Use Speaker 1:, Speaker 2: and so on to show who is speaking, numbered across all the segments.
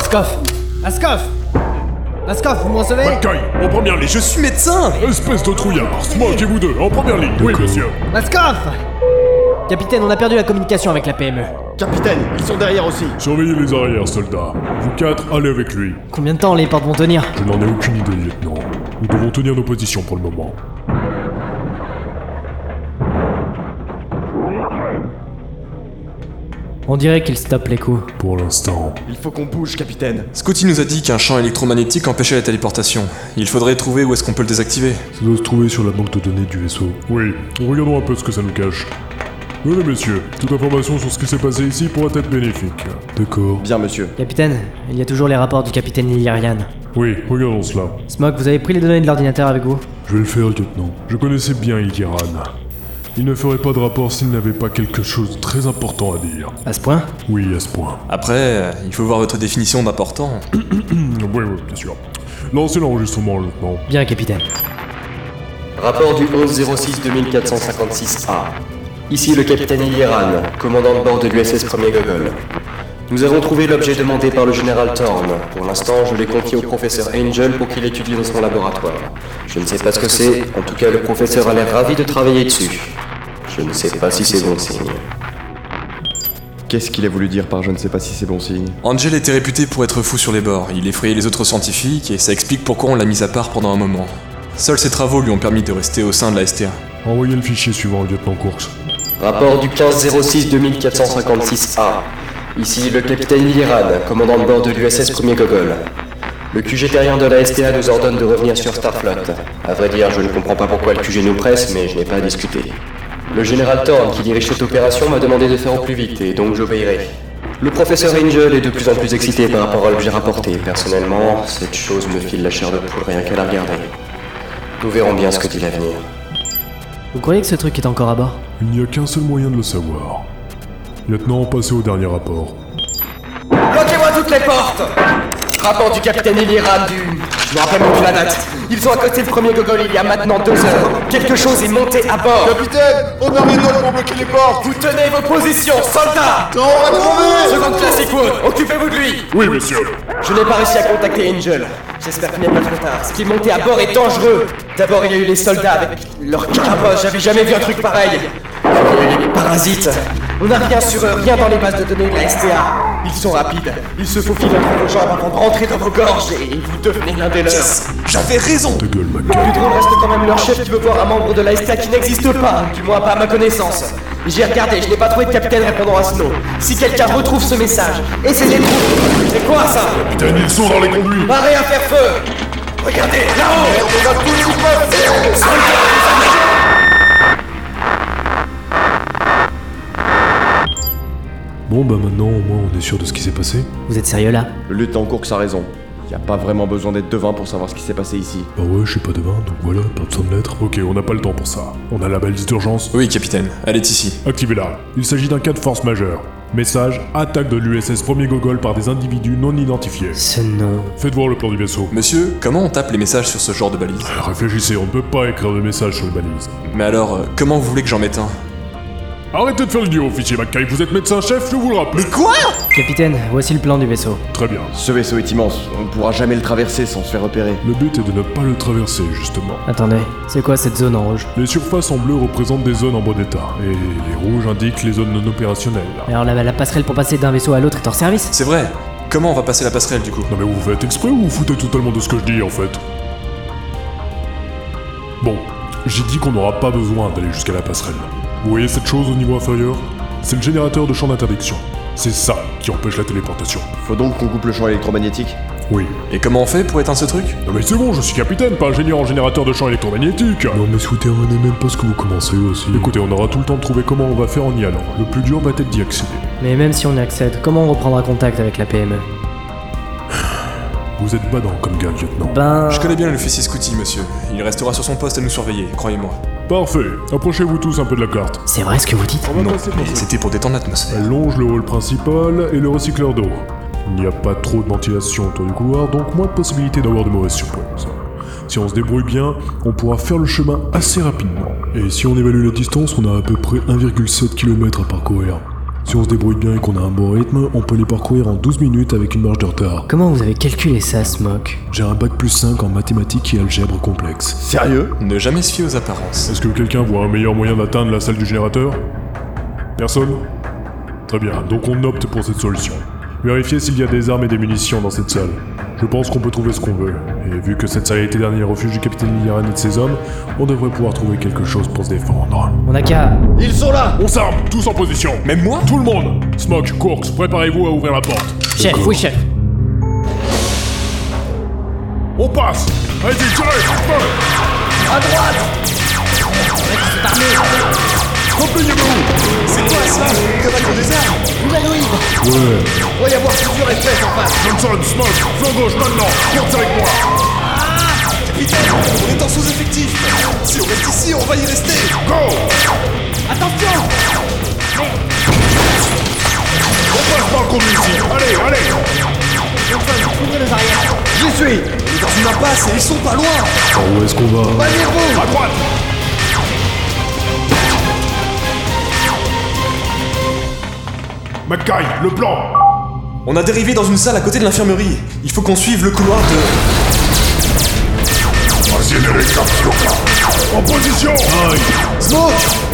Speaker 1: Ascoff Ascoff Ascoff, vous me recevez
Speaker 2: Macaille, en première ligne.
Speaker 3: Je suis médecin
Speaker 2: Espèce de trouillard, moquez-vous deux, en première ligne. Oui, monsieur.
Speaker 1: Ascoff Capitaine, on a perdu la communication avec la E. PME.
Speaker 4: Capitaine, ils sont derrière aussi.
Speaker 2: Surveillez les arrières, soldats. Vous quatre, allez avec lui.
Speaker 1: Combien de temps les portes vont tenir
Speaker 2: Je n'en ai aucune idée, lieutenant. Nous devons tenir nos positions pour le moment.
Speaker 1: On dirait qu'ils stoppent les coups.
Speaker 2: Pour l'instant.
Speaker 4: Il faut qu'on bouge, capitaine.
Speaker 3: Scotty nous a dit qu'un champ électromagnétique empêchait la téléportation. Il faudrait trouver où est-ce qu'on peut le désactiver.
Speaker 2: Ça doit se trouver sur la banque de données du vaisseau. Oui, regardons un peu ce que ça nous cache. Venez, messieurs, toute information sur ce qui s'est passé ici pourra être bénéfique. D'accord.
Speaker 4: Bien, monsieur.
Speaker 1: Capitaine, il y a toujours les rapports du capitaine Lilirian.
Speaker 2: Oui, regardons cela.
Speaker 1: Smoke, vous avez pris les données de l'ordinateur avec vous
Speaker 2: Je vais le faire, lieutenant. Je connaissais bien Ilkiran. Il ne ferait pas de rapport s'il n'avait pas quelque chose de très important à dire.
Speaker 1: À ce point
Speaker 2: Oui, à ce point.
Speaker 3: Après, euh, il faut voir votre définition d'important.
Speaker 2: Oui, oui, bien sûr. Lancez l'enregistrement, lieutenant.
Speaker 1: Bien, capitaine.
Speaker 5: Rapport du 11-06-2456-A. Ici le capitaine Eliran, commandant de bord de l'USS Premier Gogol. Nous avons trouvé l'objet demandé par le général Thorne. Pour l'instant, je l'ai confié au professeur Angel pour qu'il étudie dans son laboratoire. Je ne sais pas ce que c'est, en tout cas le professeur a l'air ravi de travailler dessus. Je ne sais pas si c'est bon signe.
Speaker 4: Qu'est-ce qu'il a voulu dire par je ne sais pas si c'est bon signe
Speaker 3: Angel était réputé pour être fou sur les bords. Il effrayait les autres scientifiques et ça explique pourquoi on l'a mis à part pendant un moment. Seuls ses travaux lui ont permis de rester au sein de la STA.
Speaker 2: Envoyez le fichier suivant, lieutenant Course.
Speaker 5: Rapport du 15-06-2456-A. Ici le capitaine Liran, commandant de bord de l'USS Premier Gogol. Le QG terrien de la STA nous ordonne de revenir sur Starflot. À vrai dire, je ne comprends pas pourquoi le QG nous presse, mais je n'ai pas à discuter. Le général Thorne, qui dirige cette opération, m'a demandé de faire au plus vite, et donc j'obéirai. Le professeur Angel est de plus en plus excité par rapport à l'objet rapporté. Personnellement, cette chose me file la chair de poule rien qu'à la regarder. Nous verrons bien ce que dit l'avenir.
Speaker 1: Vous croyez que ce truc est encore à bord
Speaker 2: Il n'y a qu'un seul moyen de le savoir. Lieutenant, passez au dernier rapport.
Speaker 5: Bloquez-moi toutes les portes Rapport du capitaine Eliran du... Je me rappelle même plus la date. Ils ont accoté le premier gogol il y a maintenant deux heures. Quelque chose est monté à bord.
Speaker 6: Capitaine, on a maintenant pour bloquer les portes
Speaker 5: Vous tenez vos positions, soldats
Speaker 6: Non, on va tomber
Speaker 5: Seconde classe Wood, occupez-vous de lui
Speaker 2: Oui, monsieur.
Speaker 5: Je n'ai pas réussi à contacter Angel. J'espère qu'il n'est pas trop tard. Ce qui est monté à bord est dangereux. D'abord, il y a eu les soldats avec leurs carapace. J'avais jamais vu un truc pareil. Il y a eu les parasites. On n'a rien sur eux, rien dans les bases de données de la STA. Ils sont rapides. Ils se faufilent entre vos jambes avant de rentrer dans vos gorges et vous devenez l'un des leurs.
Speaker 3: J'avais raison
Speaker 2: Ta gueule, Macaille.
Speaker 5: Plus drôle reste quand même leur chef qui veut voir un membre de la STA qui n'existe pas, du moins pas à ma connaissance. J'ai regardé, je n'ai pas trouvé de capitaine répondant à ce nom. Si quelqu'un retrouve ce message, essayez de trouver. C'est quoi ça
Speaker 2: Putain, ils sont dans les conduits
Speaker 5: Parez à faire feu Regardez, là-haut
Speaker 2: Bon, bah maintenant, au moins, on est sûr de ce qui s'est passé.
Speaker 1: Vous êtes sérieux là
Speaker 4: Le lieutenant Courx a raison. Y a pas vraiment besoin d'être devin pour savoir ce qui s'est passé ici.
Speaker 2: Bah ouais, je suis pas devin, donc voilà, pas besoin de l'être. Ok, on n'a pas le temps pour ça. On a la balise d'urgence.
Speaker 3: Oui, capitaine, elle est ici.
Speaker 2: Activez-la. Il s'agit d'un cas de force majeure. Message attaque de l'USS Premier Gogol par des individus non identifiés.
Speaker 1: Ce nom.
Speaker 2: Faites voir le plan du vaisseau.
Speaker 3: Monsieur, comment on tape les messages sur ce genre de balise
Speaker 2: Réfléchissez, on ne peut pas écrire de message sur une balise.
Speaker 3: Mais alors, euh, comment vous voulez que j'en mette un
Speaker 2: Arrêtez de faire l'idiot, officier Mackay, vous êtes médecin-chef, je vous le rappelle.
Speaker 3: Quoi
Speaker 1: Capitaine, voici le plan du vaisseau.
Speaker 2: Très bien.
Speaker 4: Ce vaisseau est immense, on ne pourra jamais le traverser sans se faire repérer.
Speaker 2: Le but est de ne pas le traverser, justement.
Speaker 1: Attendez, c'est quoi cette zone en rouge
Speaker 2: Les surfaces en bleu représentent des zones en bon état, et les rouges indiquent les zones non opérationnelles.
Speaker 1: Alors la, la passerelle pour passer d'un vaisseau à l'autre est en service
Speaker 3: C'est vrai. Comment on va passer la passerelle du coup
Speaker 2: Non mais vous faites exprès ou vous foutez totalement de ce que je dis en fait Bon, j'ai dit qu'on n'aura pas besoin d'aller jusqu'à la passerelle. Vous voyez cette chose au niveau inférieur C'est le générateur de champ d'interdiction. C'est ça qui empêche la téléportation.
Speaker 4: Faut donc qu'on coupe le champ électromagnétique
Speaker 2: Oui.
Speaker 3: Et comment on fait pour éteindre ce truc
Speaker 2: Non mais c'est bon, je suis capitaine, pas ingénieur en générateur de champ électromagnétique Non mais souterrain n'est même pas ce que vous commencez aussi. Écoutez, on aura tout le temps de trouver comment on va faire en y allant. Le plus dur va être d'y accéder.
Speaker 1: Mais même si on y accède, comment on reprendra contact avec la E? PME
Speaker 2: Vous êtes badant comme gars, lieutenant.
Speaker 1: Ben.
Speaker 3: Je connais bien le fils Scouty, monsieur. Il restera sur son poste à nous surveiller, croyez-moi.
Speaker 2: Parfait, approchez-vous tous un peu de la carte.
Speaker 1: C'est vrai ce que vous dites
Speaker 2: On va
Speaker 3: Non,
Speaker 2: passer par
Speaker 3: mais
Speaker 2: ça.
Speaker 3: c'était pour détendre l'atmosphère.
Speaker 2: Elle longe le hall principal et le recycleur d'eau. Il n'y a pas trop de ventilation autour du couloir, donc moins de possibilités d'avoir de mauvaises surprises. Si on se débrouille bien, on pourra faire le chemin assez rapidement. Et si on évalue la distance, on a à peu près 1,7 km à parcourir. Si on se débrouille bien et qu'on a un bon rythme, on peut les parcourir en 12 minutes avec une marge de retard.
Speaker 7: Comment vous avez calculé ça, Smoke
Speaker 2: J'ai un bac plus 5 en mathématiques et algèbre complexe.
Speaker 4: Sérieux
Speaker 3: Ne jamais se fier aux apparences.
Speaker 2: Est-ce que quelqu'un voit un meilleur moyen d'atteindre la salle du générateur Personne Très bien, donc on opte pour cette solution. Vérifiez s'il y a des armes et des munitions dans cette salle. Je pense qu'on peut trouver ce qu'on veut. Et vu que cette salle a été dernier refuge du capitaine Liran et de ses hommes, on devrait pouvoir trouver quelque chose pour se défendre.
Speaker 1: On a qu'à.
Speaker 6: Ils sont là
Speaker 2: On s'arme, tous en position
Speaker 3: Même moi
Speaker 2: Tout le monde Smoke, Courx, préparez-vous à ouvrir la porte.
Speaker 1: Chef, oui, chef.
Speaker 2: On passe Allez-y, tirez À droite Repliez-vous
Speaker 6: Il doit y avoir plusieurs espèces en face
Speaker 2: Johnson, Smoke, flanc gauche maintenant Courx avec moi
Speaker 6: Putain, on est en sous-effectif Si on reste ici, on va y rester
Speaker 2: Go
Speaker 1: Attention
Speaker 2: On passe par le conduit ici Allez, allez
Speaker 6: J'y suis On est dans une impasse et ils sont pas loin
Speaker 2: Où est-ce qu'on va
Speaker 6: Pas vers vous
Speaker 2: À droite Mackay, le plan
Speaker 3: On a dérivé dans une salle à côté de l'infirmerie. Il faut qu'on suive le couloir de.
Speaker 2: En position Aïe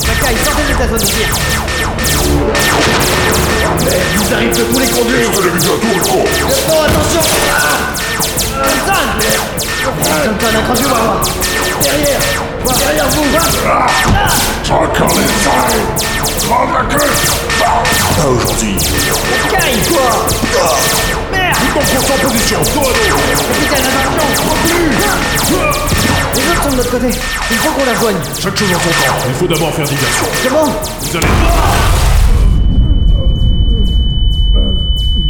Speaker 1: Macaille, sortez de ta zone de tir
Speaker 6: Ils arrivent de tous les conduits
Speaker 1: Oh, attention Johnson Johnson, accrochez-vous à moi
Speaker 6: Derrière vous
Speaker 1: Macaille
Speaker 2: Ils sont en position Dos à dos
Speaker 1: Capitaine, attention Les autres sont de notre côté Il faut qu'on la joigne
Speaker 2: Chaque chose en son temps, il faut d'abord faire diversion.
Speaker 1: C'est bon
Speaker 2: Vous allez...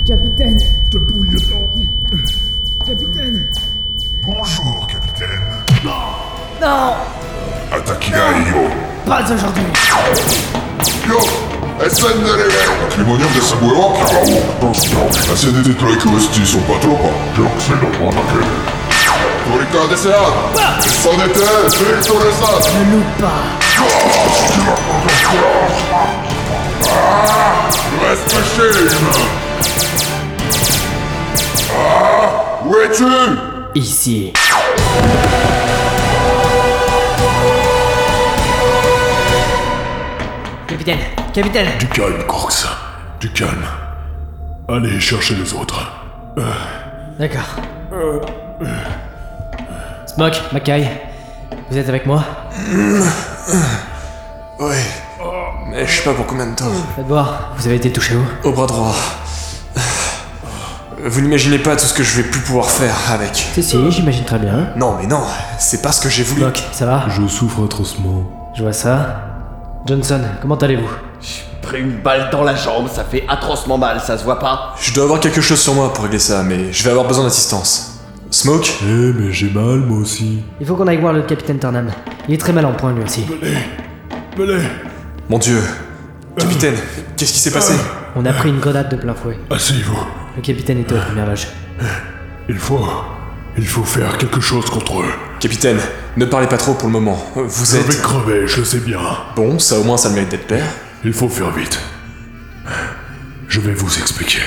Speaker 8: Capitaine,
Speaker 2: Debout, lieutenant
Speaker 8: capitaine,
Speaker 9: Bonjour, capitaine.
Speaker 1: Non
Speaker 9: Atakina et Yo.
Speaker 1: Pas aujourd'hui
Speaker 9: Yo SN de l'évêque Clémonium de Sabuero qui va où Attention, la scène des Troy Costi sont pas trop bons. Donc c'est le bon accueil. Torika de Sead Son été, Victor de Sead
Speaker 1: Ne loupe pas
Speaker 9: Ah, Reste machine Ah Où es-tu
Speaker 7: Ici.
Speaker 1: Capitaine Capitaine
Speaker 2: Du calme, Corx. Du calme. Allez chercher les autres.
Speaker 1: D'accord. Smoke, Macaille, vous êtes avec moi
Speaker 3: Ouais. Mais je sais pas pour combien de temps.
Speaker 1: Faites voir, vous avez été touché où
Speaker 3: Au bras droit. Vous n'imaginez pas tout ce que je vais plus pouvoir faire avec.
Speaker 7: Si, si, j'imagine très bien.
Speaker 3: Non, mais non, c'est pas ce que j'ai voulu.
Speaker 7: Ça va
Speaker 2: Je souffre atrocement.
Speaker 7: Je vois ça. Johnson, comment allez-vous
Speaker 4: Pris une balle dans la jambe, ça fait atrocement mal, ça se voit pas
Speaker 3: Je dois avoir quelque chose sur moi pour régler ça, mais je vais avoir besoin d'assistance. Smoke
Speaker 2: Eh, mais j'ai mal, moi aussi.
Speaker 7: Il faut qu'on aille voir le capitaine Turnham. Il est très mal en point lui aussi.
Speaker 2: Allez,
Speaker 3: Mon dieu. Capitaine, qu'est-ce qui s'est passé
Speaker 2: Euh.
Speaker 7: On a pris une grenade de plein fouet.
Speaker 2: asseyez-vous.
Speaker 7: Le capitaine était aux premières loges.
Speaker 2: Il faut... Il faut faire quelque chose contre eux.
Speaker 3: Capitaine, ne parlez pas trop pour le moment. Vous
Speaker 2: Je vais
Speaker 3: êtes.
Speaker 2: crever, je sais bien.
Speaker 3: Bon, ça au moins ça le mérite d'être clair.
Speaker 2: Il faut faire vite. Je vais vous expliquer.